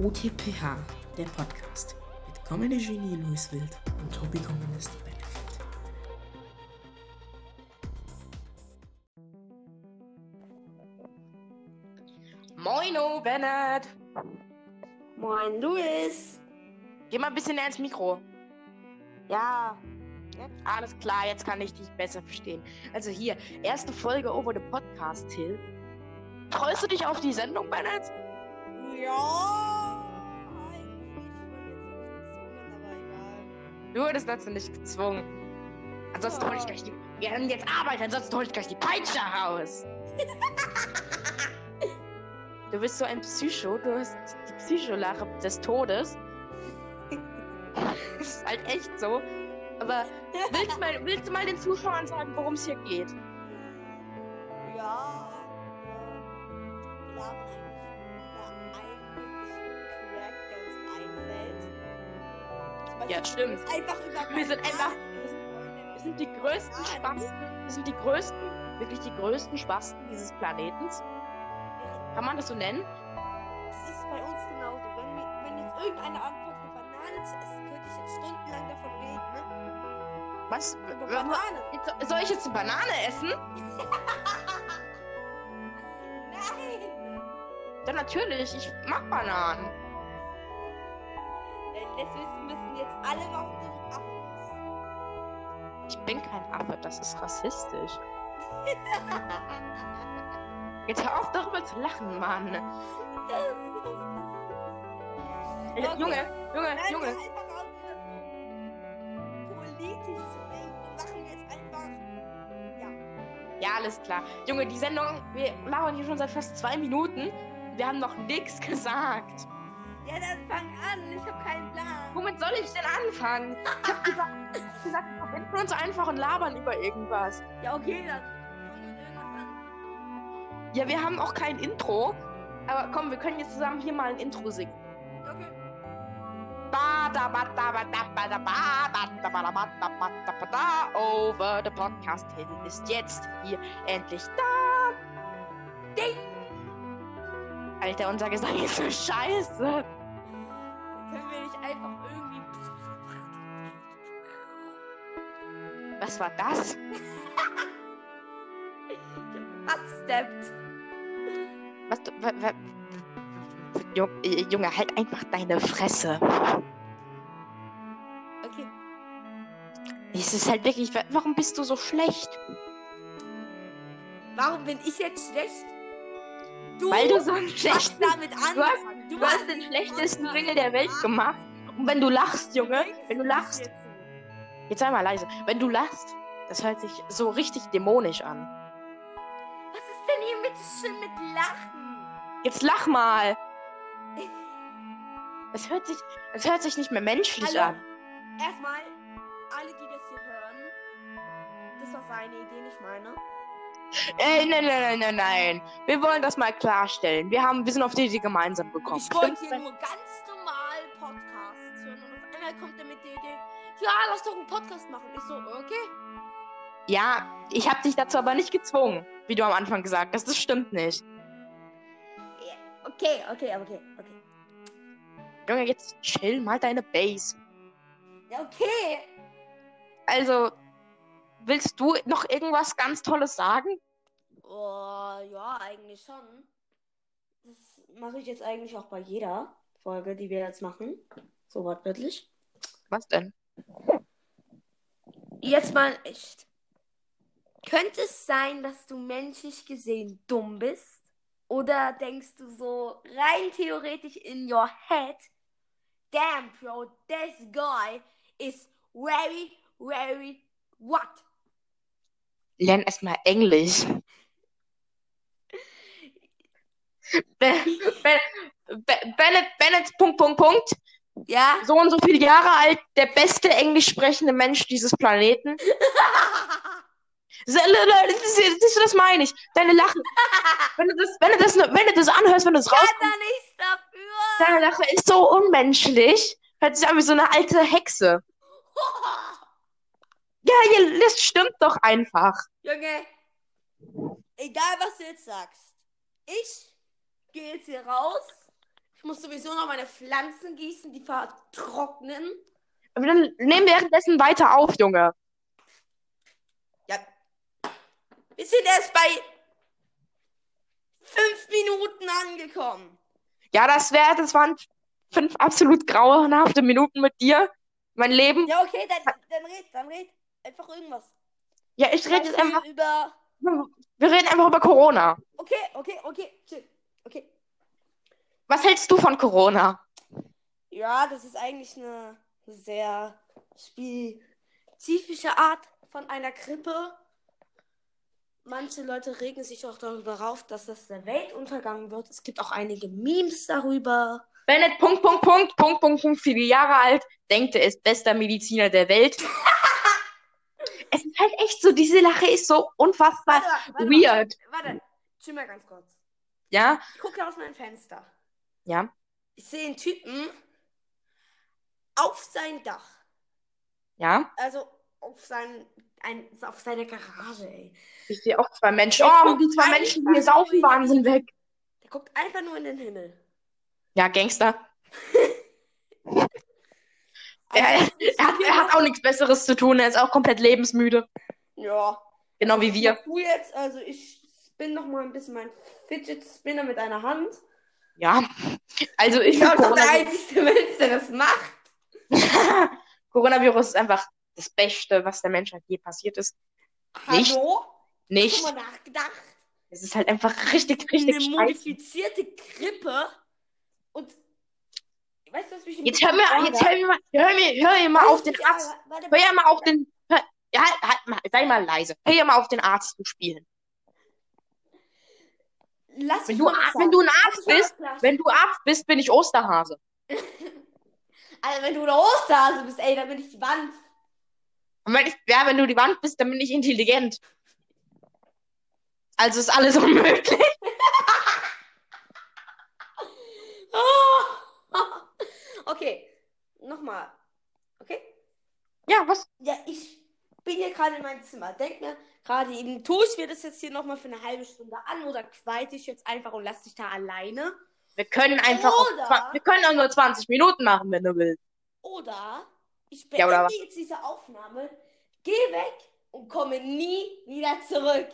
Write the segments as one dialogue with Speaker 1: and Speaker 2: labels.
Speaker 1: OTPH, der Podcast mit Comedy-Genie Louis Wild und Hobby-Kommunist Benefit.
Speaker 2: Moino, oh, Bennett!
Speaker 3: Moin, Luis.
Speaker 2: Geh mal ein bisschen näher ins Mikro.
Speaker 3: Ja,
Speaker 2: Alles klar, jetzt kann ich dich besser verstehen. Also hier, erste Folge Over the Podcast, Till. Freust du dich auf die Sendung, Bennett?
Speaker 3: Ja. Eigentlich wurde jetzt nicht gezwungen, aber egal.
Speaker 2: Du wurdest dazu nicht gezwungen. Ansonsten hol ich gleich die. Wir haben jetzt Arbeit, ansonsten hol ich gleich die Peitsche raus. du bist so ein Psycho, du hast die Psycholache des Todes. das ist halt echt so. Aber willst du mal, willst du mal den Zuschauern sagen, worum es hier geht?
Speaker 3: Äh, Ja. äh, Ja. Wir haben eigentlich nur einen wirklichen Crack, der uns einfällt. Zum Beispiel,
Speaker 2: Ja, stimmt.
Speaker 3: wir sind Einfach über
Speaker 2: Wir sind einfach- Wir
Speaker 3: Wir
Speaker 2: sind die größten Spasten. Wir sind die größten, wirklich die größten Spasten dieses Planetens. Kann man das so nennen?
Speaker 3: Das ist bei uns genauso. Wenn, wir, wenn jetzt irgendeine Antwort eine Banane zu essen, könnte ich jetzt stundenlang davon reden, ne?
Speaker 2: Was?
Speaker 3: Über Banane.
Speaker 2: Jetzt- Soll ich jetzt eine Banane essen?
Speaker 3: Nein!
Speaker 2: Dann natürlich, ich mag Bananen.
Speaker 3: Denn deswegen müssen jetzt alle machen so ein Affe.
Speaker 2: Ich bin kein Affe, das ist rassistisch. Jetzt hör auf darüber zu lachen, Mann. Äh,
Speaker 3: Okay.
Speaker 2: Junge, Junge,
Speaker 3: Nein, halt,
Speaker 2: Junge.
Speaker 3: einfach auch wieder so politisch zu denken. Machen halt. wir jetzt einfach.
Speaker 2: Ja, alles klar. Junge, die Sendung, wir labern hier schon seit fast zwei Minuten. Wir haben noch nichts gesagt.
Speaker 3: Ja, dann fang an. Ich habe keinen Plan.
Speaker 2: Womit soll ich denn anfangen? Ich hab gesagt, ich hab gesagt wir verbinden uns einfach und labern über irgendwas.
Speaker 3: Ja, okay, dann fang mit irgendwas an.
Speaker 2: Ja, wir haben auch kein Intro. Aber komm, wir können jetzt zusammen hier mal ein Intro singen.
Speaker 3: Okay.
Speaker 2: Ba, da, ba, da, ba, da, ba, da, ba, da, da, ba, da, ba, da, ba, da, ba, da. Over the Podcast Hill ist jetzt hier endlich da. Ding! Alter, unser Gesang ist so scheiße.
Speaker 3: Dann können wir nicht einfach irgendwie.
Speaker 2: Was war das?
Speaker 3: Upstepped.
Speaker 2: Was du. wa- wa- Jung- äh, Junge, halt einfach deine Fresse.
Speaker 3: Okay.
Speaker 2: Es ist halt wirklich. wa- Warum bist du so schlecht?
Speaker 3: Warum bin ich jetzt schlecht? Du
Speaker 2: Weil du so einen
Speaker 3: machst
Speaker 2: schlechten.
Speaker 3: damit anfangen.
Speaker 2: Du hast den schlechtesten Single der Welt gemacht. Und wenn du lachst, Junge, wenn du lachst. Jetzt sei mal leise. Wenn du lachst, das hört sich so richtig dämonisch an.
Speaker 3: Was ist denn hier mit, schon mit Lachen?
Speaker 2: Jetzt lach mal! Es hört sich, es hört sich nicht mehr menschlich
Speaker 3: Hallo.
Speaker 2: an.
Speaker 3: Erstmal, alle, die das hier hören, das war seine Idee, nicht meine.
Speaker 2: Ey, nein, nein, nein, nein, nein. Wir wollen das mal klarstellen. Wir haben, wir sind auf die Idee gemeinsam gekommen.
Speaker 3: ich wollte
Speaker 2: Stimmt's
Speaker 3: hier
Speaker 2: denn?
Speaker 3: nur ganz normal Podcasts hören und auf einmal kommt er mit der Idee, ja, lass doch einen Podcast machen. Ich so, okay.
Speaker 2: Ja, ich habe dich dazu aber nicht gezwungen, wie du am Anfang gesagt hast. Das stimmt nicht.
Speaker 3: Okay, okay, okay, okay.
Speaker 2: Junge, jetzt chill mal deine Base.
Speaker 3: Ja, okay.
Speaker 2: Also, willst du noch irgendwas ganz Tolles sagen?
Speaker 3: Oh, ja, eigentlich schon. Das mache ich jetzt eigentlich auch bei jeder Folge, die wir jetzt machen. So wortwörtlich.
Speaker 2: Was denn?
Speaker 3: Jetzt mal in echt. Könnte es sein, dass du menschlich gesehen dumm bist? Oder denkst du so rein theoretisch in your head, damn, bro, this guy is very, very what?
Speaker 2: Lern erstmal Englisch. Be Be Be Bennett, Bennett, Punkt, Punkt, Punkt.
Speaker 3: Ja?
Speaker 2: So und so viele Jahre alt, der beste englisch sprechende Mensch dieses Planeten. So, Siehst du, das meine ich. Deine Lachen. Wenn du das, wenn du das, wenn du das anhörst, wenn du es raus,
Speaker 3: Kann da nichts dafür!
Speaker 2: deine Lache ist so unmenschlich. Hört sich an wie so eine alte Hexe. Ja, ihr- das stimmt doch einfach.
Speaker 3: Junge, egal was du jetzt sagst, ich gehe jetzt hier raus, Ich muss sowieso noch meine Pflanzen gießen, die vertrocknen.
Speaker 2: Aber dann nehmen wir währenddessen weiter auf, Junge.
Speaker 3: Ja. Wir sind erst bei fünf Minuten angekommen.
Speaker 2: Ja, das wäre, das waren fünf absolut grauenhafte Minuten mit dir. Mein Leben.
Speaker 3: Ja, okay, dann, dann red, dann red. Einfach irgendwas.
Speaker 2: Ja, ich rede jetzt
Speaker 3: Beispiel
Speaker 2: einfach,
Speaker 3: über.
Speaker 2: wir reden einfach über Corona.
Speaker 3: Okay, okay, okay, chill. Okay.
Speaker 2: Was hältst du von Corona?
Speaker 3: Ja, das ist eigentlich eine sehr spezifische Art von einer Grippe. Manche Leute regen sich auch darüber auf, dass das der Weltuntergang wird. Es gibt auch einige Memes darüber.
Speaker 2: Bennett, Punkt, Punkt, Punkt, Punkt, Punkt, Punkt, viele Jahre alt, denkt, er ist bester Mediziner der Welt. es ist halt echt so, diese Lache ist so unfassbar
Speaker 3: Warte, warte,
Speaker 2: weird,
Speaker 3: Warte, chill mal ganz kurz.
Speaker 2: ja?
Speaker 3: Ich gucke aus meinem Fenster.
Speaker 2: Ja.
Speaker 3: Ich sehe einen Typen auf sein Dach.
Speaker 2: Ja,
Speaker 3: Also auf, sein, ein, auf seine Garage, ey.
Speaker 2: ich sehe auch zwei Menschen.
Speaker 3: Der
Speaker 2: Oh,
Speaker 3: guckt
Speaker 2: die zwei
Speaker 3: einfach
Speaker 2: Menschen, die hier saufen waren, sind weg.
Speaker 3: Der guckt einfach nur in den Himmel.
Speaker 2: Ja, Gangster.
Speaker 3: Also,
Speaker 2: Er-
Speaker 3: das ist
Speaker 2: Er hat, er hat auch nichts Besseres zu tun, er ist auch komplett lebensmüde.
Speaker 3: Ja.
Speaker 2: Genau wie wir.
Speaker 3: Machst Du jetzt, also ich spinne noch mal ein bisschen mein Fidget Spinner mit einer Hand.
Speaker 2: Ja. Also ich
Speaker 3: Ich bin
Speaker 2: finde
Speaker 3: doch der
Speaker 2: Corona,
Speaker 3: einzige Mensch, der das macht.
Speaker 2: Coronavirus ist einfach das Beste, was der Menschheit je passiert ist. Nicht?
Speaker 3: Hallo?
Speaker 2: Nicht.
Speaker 3: Schon mal nachgedacht?
Speaker 2: Es ist halt einfach richtig, richtig
Speaker 3: Eine
Speaker 2: scheiße.
Speaker 3: modifizierte Grippe und weißt du, was mich ein
Speaker 2: Jetzt
Speaker 3: bisschen
Speaker 2: hör mir, jetzt hör
Speaker 3: ärgert?
Speaker 2: mir mal, hör mir, hör mir mal
Speaker 3: Weißt
Speaker 2: auf
Speaker 3: du, was
Speaker 2: den
Speaker 3: mich
Speaker 2: Arzt.
Speaker 3: ärgert? Warte,
Speaker 2: Hör ja mal auf den, hör, ja, halt, halt mal, sei mal leise. Hör ja mal auf den Arzt zu spielen.
Speaker 3: lass
Speaker 2: Wenn
Speaker 3: mich
Speaker 2: du,
Speaker 3: mal was
Speaker 2: Ar-
Speaker 3: sagen.
Speaker 2: wenn du ein
Speaker 3: Lass
Speaker 2: Arzt
Speaker 3: mich mal was
Speaker 2: bist,
Speaker 3: sagen.
Speaker 2: wenn du Arzt bist, bin ich Osterhase.
Speaker 3: Alter, wenn du eine Osterhase bist, ey, dann bin ich die Wand.
Speaker 2: Und wenn ich, ja, wenn du die Wand bist, dann bin ich intelligent. Also ist alles unmöglich.
Speaker 3: Okay, nochmal. Okay?
Speaker 2: Ja, was?
Speaker 3: Ja, ich bin hier gerade in meinem Zimmer. Denk mir gerade eben, tue ich mir das jetzt hier nochmal für eine halbe Stunde an oder quite ich jetzt einfach und lass dich da alleine?
Speaker 2: Wir können einfach, auch,
Speaker 3: Oder-
Speaker 2: zwa- wir können auch nur 20 Minuten machen, wenn du willst.
Speaker 3: Oder ich
Speaker 2: Ja,
Speaker 3: beende
Speaker 2: oder
Speaker 3: jetzt diese Aufnahme, gehe weg und komme nie wieder zurück.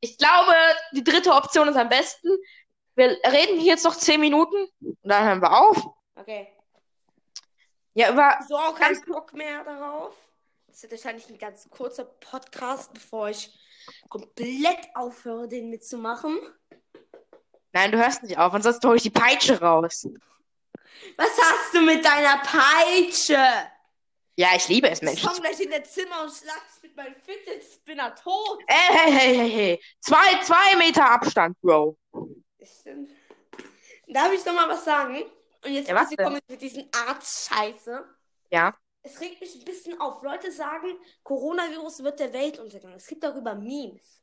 Speaker 2: Ich glaube, die dritte Option ist am besten. Wir reden hier jetzt noch 10 Minuten und dann hören wir auf.
Speaker 3: Okay.
Speaker 2: Ja, über
Speaker 3: So auch
Speaker 2: Kannst
Speaker 3: keinen Bock mehr darauf. Das wird wahrscheinlich ein ganz kurzer Podcast, bevor ich komplett aufhöre, den mitzumachen.
Speaker 2: Nein, du hörst nicht auf, ansonsten hole ich die Peitsche raus.
Speaker 3: Was hast du mit deiner Peitsche?
Speaker 2: Ja, ich liebe es,
Speaker 3: Ich
Speaker 2: Menschen.
Speaker 3: komm gleich in der Zimmer und schlag dich mit meinem Fidget Spinner tot.
Speaker 2: Ey, hey, hey, hey, hey. Zwei, zwei Meter Abstand, Bro.
Speaker 3: Stimmt. Darf ich noch mal was sagen? Und jetzt
Speaker 2: Ja, was
Speaker 3: diese
Speaker 2: denn?
Speaker 3: Kommentare mit diesen Arzt-Scheiße.
Speaker 2: Ja.
Speaker 3: Es regt mich ein bisschen auf. Leute sagen, Coronavirus wird der Weltuntergang. Es gibt darüber Memes.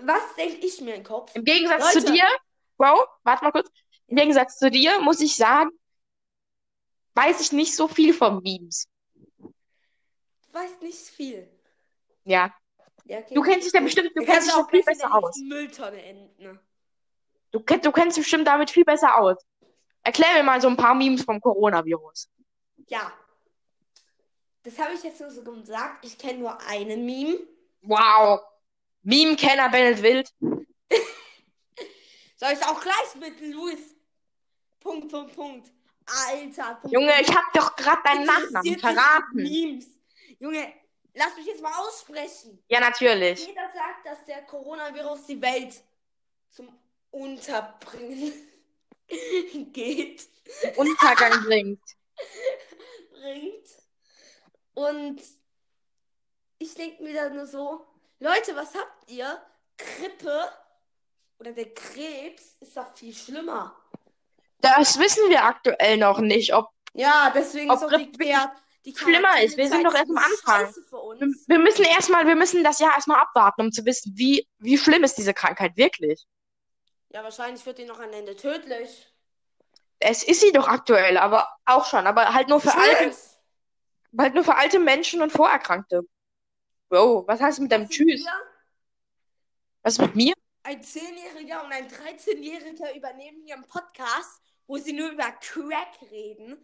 Speaker 3: Was denke ich mir im Kopf?
Speaker 2: Im Gegensatz
Speaker 3: Leute.
Speaker 2: zu dir, Bro, warte mal kurz. Im Gegensatz zu dir muss ich sagen, weiß ich nicht so viel von Memes.
Speaker 3: Du weißt nicht viel.
Speaker 2: Ja.
Speaker 3: Ja, okay.
Speaker 2: Du kennst dich da bestimmt, du
Speaker 3: Dann
Speaker 2: kennst
Speaker 3: kannst
Speaker 2: dich
Speaker 3: du
Speaker 2: da
Speaker 3: auch
Speaker 2: viel
Speaker 3: gleich in der
Speaker 2: besser aus.
Speaker 3: nächsten Mülltonne enden. ne?
Speaker 2: Du, ken- du kennst dich bestimmt damit viel besser aus. Erklär mir mal so ein paar Memes vom Coronavirus.
Speaker 3: Ja. Das habe ich jetzt nur so gesagt. Ich kenne nur einen Meme.
Speaker 2: Wow. Meme-Kenner Bennett Wild.
Speaker 3: Soll ich auch gleich mit Luis? Punkt, Punkt, Punkt. Alter, Punkt.
Speaker 2: Junge, ich hab doch gerade deinen
Speaker 3: Interessiert
Speaker 2: Nachnamen
Speaker 3: sich
Speaker 2: verraten.
Speaker 3: Memes. Junge, lass mich jetzt mal aussprechen.
Speaker 2: Ja, natürlich.
Speaker 3: Jeder sagt, dass der Coronavirus die Welt zum Unterbringen geht,
Speaker 2: Untergang bringt.
Speaker 3: bringt. Und ich denke mir dann nur so, Leute, was habt ihr? Grippe oder der Krebs ist doch viel schlimmer.
Speaker 2: Das wissen wir aktuell noch nicht. Ob
Speaker 3: Ja, deswegen
Speaker 2: Ob
Speaker 3: ist auch
Speaker 2: Grippe
Speaker 3: die, Quer, die
Speaker 2: schlimmer ist. Wir sind
Speaker 3: Quarantänezeit
Speaker 2: doch erst am
Speaker 3: so
Speaker 2: Anfang.
Speaker 3: scheiße Für
Speaker 2: wir,
Speaker 3: uns.
Speaker 2: wir müssen erstmal, wir müssen das Jahr erstmal abwarten, um zu wissen, wie, wie schlimm ist diese Krankheit wirklich.
Speaker 3: Ja, wahrscheinlich wird die noch am Ende tödlich.
Speaker 2: Es ist sie doch aktuell, aber auch schon, aber halt nur für alte,
Speaker 3: Tschüss.
Speaker 2: halt nur für alte Menschen und Vorerkrankte. Wow, was heißt mit deinem
Speaker 3: Das sind
Speaker 2: Tschüss?
Speaker 3: wir.
Speaker 2: Was ist mit mir?
Speaker 3: Ein Zehnjähriger und ein 13-Jähriger übernehmen hier einen Podcast, wo wo sie nur über Crack reden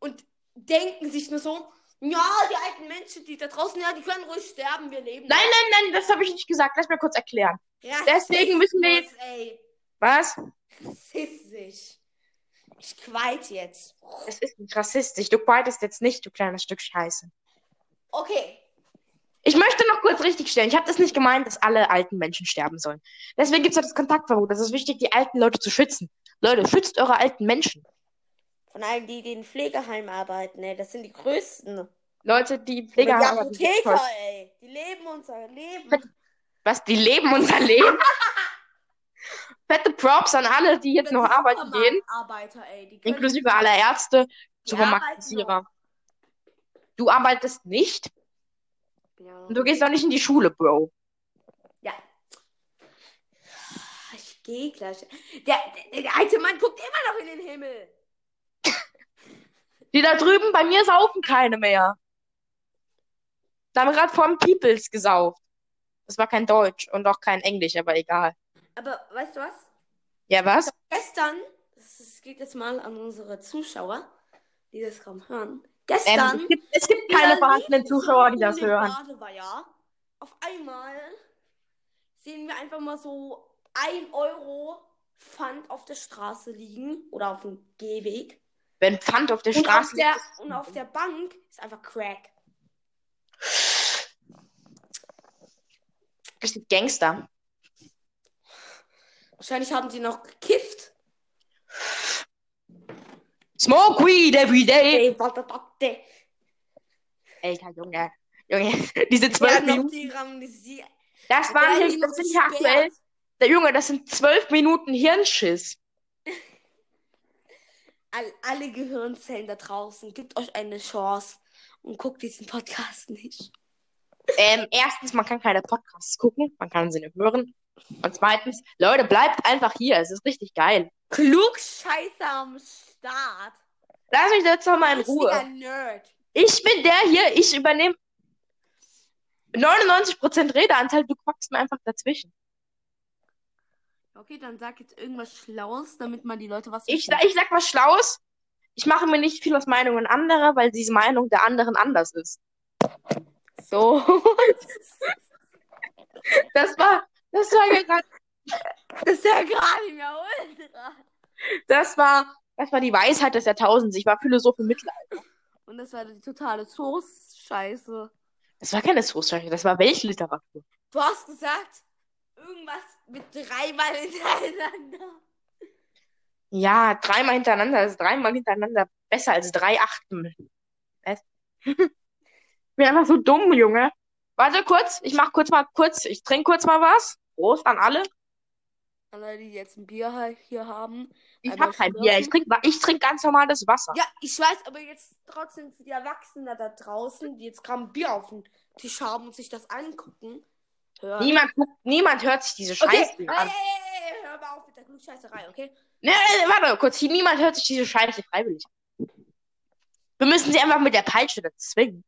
Speaker 3: und denken sich nur so, ja, die alten Menschen, die da draußen, ja, die können ruhig sterben, wir leben.
Speaker 2: Nein, nein, nein, das habe ich nicht gesagt. Lass mir kurz erklären.
Speaker 3: nein,
Speaker 2: deswegen müssen wir jetzt-
Speaker 3: Ey,
Speaker 2: Was?
Speaker 3: rassistisch. Ich queit jetzt.
Speaker 2: Es ist nicht rassistisch. Du beitest jetzt nicht, du kleines Stück Scheiße.
Speaker 3: Okay,
Speaker 2: Ich möchte noch kurz richtigstellen. Ich habe das nicht gemeint, dass alle alten Menschen sterben sollen. Deswegen gibt es ja das Kontaktverbot. Das ist wichtig, die alten Leute zu schützen. Leute, schützt eure alten Menschen.
Speaker 3: von allen, die, die in Pflegeheimen arbeiten, ey, das sind die größten.
Speaker 2: Leute, die im
Speaker 3: Pflegeheim
Speaker 2: Pflegeheim
Speaker 3: die
Speaker 2: arbeiten,
Speaker 3: Apotheker, ey. Die leben unser Leben.
Speaker 2: Was? Die leben unser Leben. Fette Props an alle, die jetzt noch arbeiten gehen,
Speaker 3: Arbeiter, ey. Die können-
Speaker 2: inklusive aller Ärzte,
Speaker 3: Die
Speaker 2: Supermarktkassierer. Du arbeitest nicht
Speaker 3: Ja.
Speaker 2: und du gehst auch nicht in die Schule, Bro.
Speaker 3: Ah, Ich geh gleich. Der, der, der alte Mann guckt immer noch in den Himmel.
Speaker 2: Die da drüben bei mir saufen keine mehr. Da haben gerade vom Peoples gesauft. Das war kein Deutsch und auch kein Englisch, aber egal.
Speaker 3: Aber weißt du was?
Speaker 2: Ja, was?
Speaker 3: Gestern, das ist- geht jetzt mal an unsere Zuschauer, die das kaum hören.
Speaker 2: Ähm,
Speaker 3: Gestern.
Speaker 2: es, gibt, es gibt keine
Speaker 3: Da
Speaker 2: vorhandenen
Speaker 3: lief so
Speaker 2: Zuschauer, die
Speaker 3: in
Speaker 2: das
Speaker 3: dem
Speaker 2: hören.
Speaker 3: Badeweiher. Auf einmal sehen wir einfach mal so 1 Euro Pfand auf der Straße liegen oder auf dem Gehweg.
Speaker 2: Wenn Pfand auf der
Speaker 3: Und auf
Speaker 2: Straße
Speaker 3: der, und auf der Bank ist einfach Crack.
Speaker 2: richtig Gangster.
Speaker 3: Wahrscheinlich haben die noch gekifft.
Speaker 2: Smoke weed every day.
Speaker 3: Ey, warte, warte.
Speaker 2: Alter, Junge. Junge, diese
Speaker 3: Die
Speaker 2: zwölf
Speaker 3: haben noch
Speaker 2: Minuten.
Speaker 3: die Ramnisier.
Speaker 2: Das waren jetzt, das sind ja aktuell. Der Junge, das sind zwölf Minuten Hirnschiss.
Speaker 3: All, alle Gehirnzellen da draußen, gebt euch eine Chance und guckt diesen Podcast nicht.
Speaker 2: Ähm, erstens, man kann keine Podcasts gucken, man kann sie nicht hören. Und zweitens, Leute, bleibt einfach hier, es ist richtig geil.
Speaker 3: Klugscheißer am Start.
Speaker 2: Lass mich jetzt noch mal in
Speaker 3: Richtiger
Speaker 2: Ruhe.
Speaker 3: Nerd.
Speaker 2: Ich bin der hier, ich übernehme 99% Redeanteil, du quackst mir einfach dazwischen.
Speaker 3: Okay, dann sag jetzt irgendwas Schlaues, damit man die Leute was
Speaker 2: Ich,
Speaker 3: versteht.
Speaker 2: ich sag was Schlaues. Ich mache mir nicht viel aus Meinungen anderer, weil diese Meinung der anderen anders ist.
Speaker 3: So.
Speaker 2: Das war, das war gerade
Speaker 3: das ist ja gerade im Jahrhundert.
Speaker 2: Das war, das war die Weisheit des Jahrtausends. Ich war Philosoph im Mittelalter.
Speaker 3: Und das war die totale Toast-Scheiße.
Speaker 2: Das war keine Soße, das war Weltliteratur.
Speaker 3: Du hast gesagt, irgendwas mit dreimal hintereinander.
Speaker 2: Ja, dreimal hintereinander, das ist dreimal hintereinander besser als drei Achten. Was? Ich bin einfach so dumm, Junge. Warte kurz, ich mach kurz mal kurz, ich trinke kurz mal was. Prost an alle.
Speaker 3: Alle, die jetzt ein Bier halt hier haben.
Speaker 2: Ich
Speaker 3: Einmal
Speaker 2: hab kein Bier, ich
Speaker 3: schlürfen.
Speaker 2: trinke ich trink ganz normales Wasser.
Speaker 3: Ja, ich weiß, aber jetzt trotzdem für die Erwachsenen da draußen, die jetzt gerade ein Bier auf dem Tisch haben und sich das angucken. Hören.
Speaker 2: Niemand, niemand hört sich diese
Speaker 3: okay. Äh.
Speaker 2: Scheiße
Speaker 3: ey,
Speaker 2: an.
Speaker 3: ey, ey, ey, hör mal auf mit der Klugscheißerei, okay?
Speaker 2: Nee, nee, warte kurz, hier, niemand hört sich diese Scheiße freiwillig an. Wir müssen sie einfach mit der Peitsche zwingen.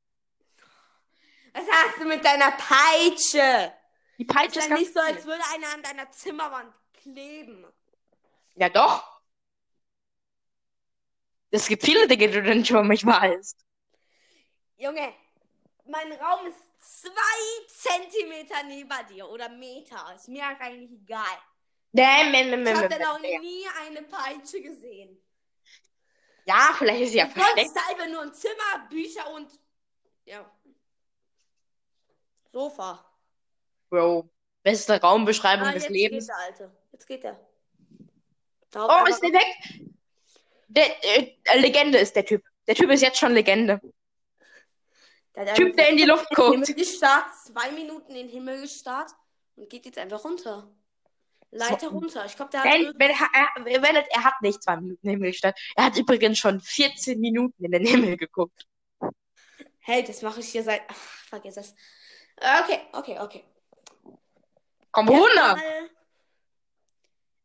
Speaker 3: Was hast du mit deiner Peitsche?
Speaker 2: Die
Speaker 3: Es
Speaker 2: Peitsche
Speaker 3: ist
Speaker 2: ist
Speaker 3: ja
Speaker 2: ganz
Speaker 3: nicht so,
Speaker 2: cool.
Speaker 3: als würde einer an deiner Zimmerwand kleben.
Speaker 2: Ja, doch. Es gibt viele Dinge, die du nicht über mich weißt.
Speaker 3: Junge, mein Raum ist zwei Zentimeter neben dir oder Meter. Ist mir eigentlich egal.
Speaker 2: Nee, nee, nee, nee,
Speaker 3: Ich habe
Speaker 2: nee,
Speaker 3: da noch
Speaker 2: nee.
Speaker 3: nie eine Peitsche gesehen.
Speaker 2: Ja, vielleicht ist sie ja
Speaker 3: Ich
Speaker 2: versteckt.
Speaker 3: wollte einfach nur ein Zimmer, Bücher und ja. Sofa.
Speaker 2: Bro, beste Raumbeschreibung
Speaker 3: Ah,
Speaker 2: des
Speaker 3: jetzt
Speaker 2: Lebens.
Speaker 3: geht der Alte. Jetzt geht er.
Speaker 2: Oh, ist der weg? Der, äh, Legende ist der Typ. Der Typ ist jetzt schon Legende.
Speaker 3: der
Speaker 2: Typ, der in die Luft
Speaker 3: in den
Speaker 2: guckt.
Speaker 3: Himmel gestarrt, zwei Minuten in den Himmel gestarrt und geht jetzt einfach runter. Leiter
Speaker 2: So.
Speaker 3: runter. Ich glaube, der hat.
Speaker 2: Wenn,
Speaker 3: irgend-
Speaker 2: wenn, er, wenn er, er hat nicht zwei Minuten in den Himmel gestanden. Er hat übrigens schon 14 Minuten in den Himmel geguckt.
Speaker 3: Hey, das mache ich hier seit. Ach, vergiss es. Okay, okay, okay.
Speaker 2: Komm runter!
Speaker 3: Erstmal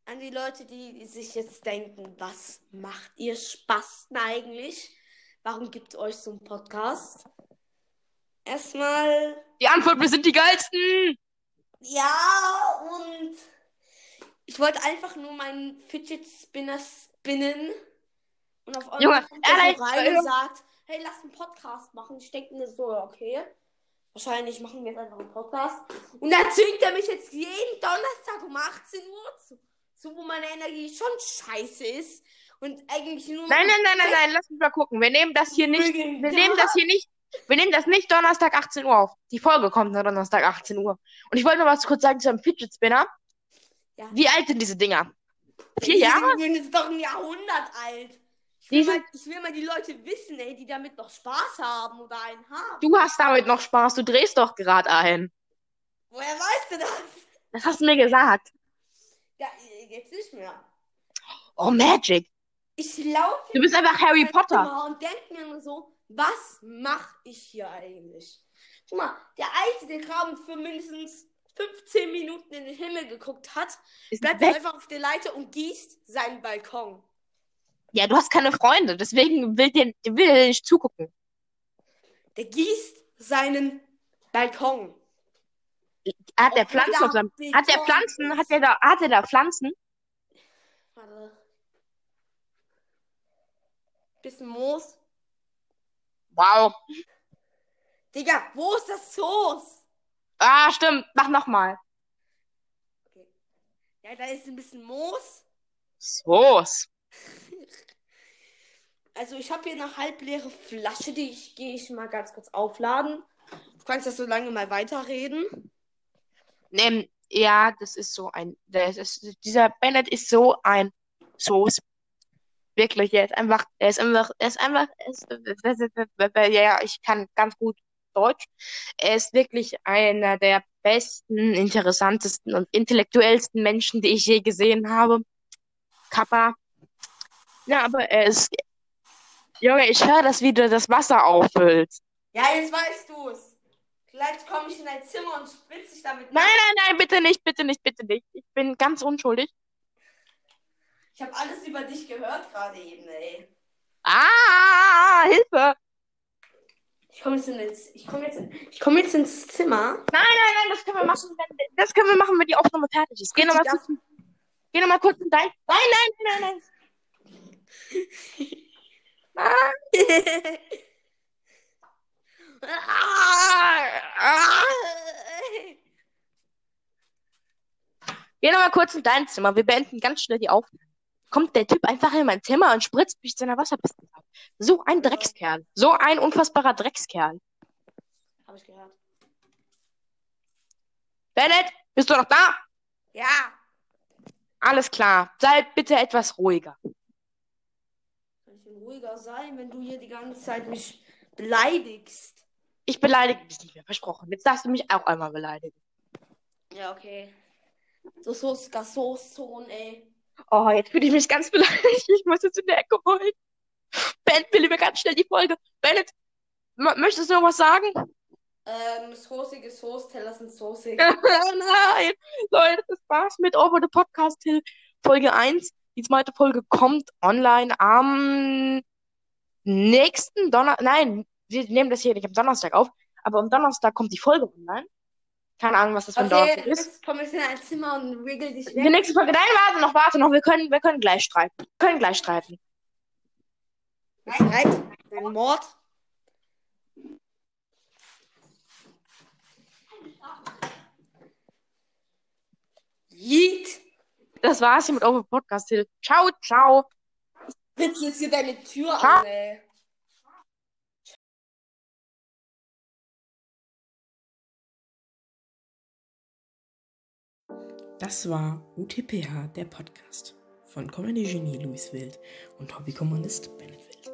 Speaker 3: An die Leute, die, die sich jetzt denken, was macht ihr Spasten eigentlich? Warum gibt euch so einen Podcast? Erstmal
Speaker 2: Die Antwort, wir sind die geilsten!
Speaker 3: Ja, und ich wollte einfach nur meinen Fidget Spinner spinnen Und auf einmal
Speaker 2: Junge,
Speaker 3: kommt er
Speaker 2: ehrlich,
Speaker 3: so rein und
Speaker 2: Junge.
Speaker 3: sagt, hey, lass einen Podcast machen. Ich denke mir so, ja, okay. Wahrscheinlich machen wir jetzt einfach einen Podcast. Und dann zwingt er mich jetzt jeden Donnerstag um 18 Uhr zu. So, wo meine Energie schon scheiße ist. Und eigentlich nur.
Speaker 2: Nein, nein, nein, nein, nein, lass mich mal gucken. Wir nehmen das hier nicht. Wir nehmen das hier nicht. Wir nehmen das nicht Donnerstag 18 Uhr auf. Die Folge kommt nur Donnerstag 18 Uhr. Und ich wollte noch was kurz sagen zu einem Fidget Spinner.
Speaker 3: Ja.
Speaker 2: Wie alt sind diese Dinger? Vier
Speaker 3: Die
Speaker 2: Jahre?
Speaker 3: sind jetzt doch ein Jahrhundert alt. Ich
Speaker 2: Die
Speaker 3: will,
Speaker 2: sind-
Speaker 3: mal, ich will mal die Leute wissen, ey, die damit noch Spaß haben oder einen haben.
Speaker 2: Du hast damit noch Spaß. Du drehst doch gerade ein.
Speaker 3: Woher weißt du das?
Speaker 2: Das hast du mir gesagt.
Speaker 3: Ja, jetzt nicht mehr.
Speaker 2: Oh, Magic.
Speaker 3: Ich laufe halt
Speaker 2: Du bist einfach Harry Potter.
Speaker 3: und denke mir nur so, was mache ich hier eigentlich? Guck mal, der Alte, der gerade für mindestens 15 Minuten in den Himmel geguckt hat,
Speaker 2: Ist
Speaker 3: bleibt
Speaker 2: weg.
Speaker 3: einfach auf der Leiter und gießt seinen Balkon.
Speaker 2: Ja, du hast keine Freunde. Deswegen will dir, will dir nicht zugucken.
Speaker 3: Der gießt seinen Balkon.
Speaker 2: Hat der
Speaker 3: Obwohl
Speaker 2: Pflanzen
Speaker 3: da
Speaker 2: auf seinem, hat der
Speaker 3: Beton
Speaker 2: Pflanzen, hat
Speaker 3: ist.
Speaker 2: der da, hat der da Pflanzen?
Speaker 3: Warte. Bisschen Moos.
Speaker 2: Wow.
Speaker 3: Digga, wo ist das Soos?
Speaker 2: Ah, stimmt. Mach nochmal.
Speaker 3: Ja, da ist ein bisschen Moos.
Speaker 2: Soos.
Speaker 3: Also ich habe hier eine halbleere Flasche, die ich, gehe ich mal ganz kurz aufladen. Du kannst das so lange mal weiterreden.
Speaker 2: Ähm, ja, das ist so ein, das ist, dieser Bennett ist so ein Soos. Wirklich, er ist einfach, er ist einfach, er ist einfach, er ist, ja, ja, ich kann ganz gut Deutsch. Er ist wirklich einer der besten, interessantesten und intellektuellsten Menschen, die ich je gesehen habe. Kappa. Ja, aber er ist, Junge, ich höre das, wie du das Wasser auffüllst.
Speaker 3: Ja, jetzt weißt du es. Vielleicht komme ich in dein Zimmer und spritze dich damit.
Speaker 2: Nein, nein, nein, bitte nicht, bitte nicht, bitte nicht. Ich bin ganz unschuldig.
Speaker 3: Ich habe alles über dich gehört gerade eben, ey.
Speaker 2: Ah, Hilfe!
Speaker 3: Ich komme jetzt, in den- ich komm jetzt, in- ich komm jetzt ins Zimmer.
Speaker 2: Nein, nein, das können wir machen, wenn, das können wir machen, wenn die Aufnahme fertig ist. Geh nochmal
Speaker 3: Ich darf-
Speaker 2: kurz, geh noch mal kurz in dein. Nein, nein, nein, nein. Geh nochmal kurz in dein Zimmer. Wir beenden ganz schnell die Aufnahme. Kommt der Typ einfach in mein Zimmer und spritzt mich seiner Wasserpistole ab. So ein Dreckskerl. So ein unfassbarer Dreckskerl.
Speaker 3: Habe ich gehört.
Speaker 2: Bennett, bist du noch da?
Speaker 3: Ja.
Speaker 2: Alles klar. Sei bitte etwas ruhiger.
Speaker 3: Kann ich denn ruhiger sein, wenn du hier die ganze Zeit mich beleidigst?
Speaker 2: Ich beleidige dich nicht mehr, versprochen. Jetzt darfst du mich auch einmal beleidigen.
Speaker 3: Ja, okay. So Soße, Gassoßzone, ey.
Speaker 2: Oh, jetzt fühle ich mich ganz beleidigt. Ich muss jetzt in der Ecke heulen. Ben, will mir ganz schnell die Folge. Bennett, m- möchtest du noch was sagen?
Speaker 3: Ähm, soßige Soßteller sind soßig.
Speaker 2: Nein, Leute, das war's mit Over the Podcast Hill Folge 1. Die zweite Folge kommt online am nächsten Donnerstag. Nein, wir nehmen das hier nicht am Donnerstag auf, aber am Donnerstag kommt die Folge online. Keine Ahnung, was das für ein
Speaker 3: Okay,
Speaker 2: Donnerstag ist.
Speaker 3: jetzt komm jetzt in ein Zimmer und wiggle dich
Speaker 2: Die
Speaker 3: weg.
Speaker 2: nächste Folge. Nein, warte noch, warte noch. Wir können, wir können gleich streiten. Wir können gleich streiten.
Speaker 3: Nein, nein, dein Mord. Yeet.
Speaker 2: Das war's hier mit Over the Podcast Hill. Ciao, ciao.
Speaker 3: Ritz jetzt hier deine Tür
Speaker 2: Ciao.
Speaker 3: an, ey.
Speaker 1: Das war UTPH, der Podcast von Comedy Genie Luis Wild und Hobbykommunist Bennett Wild.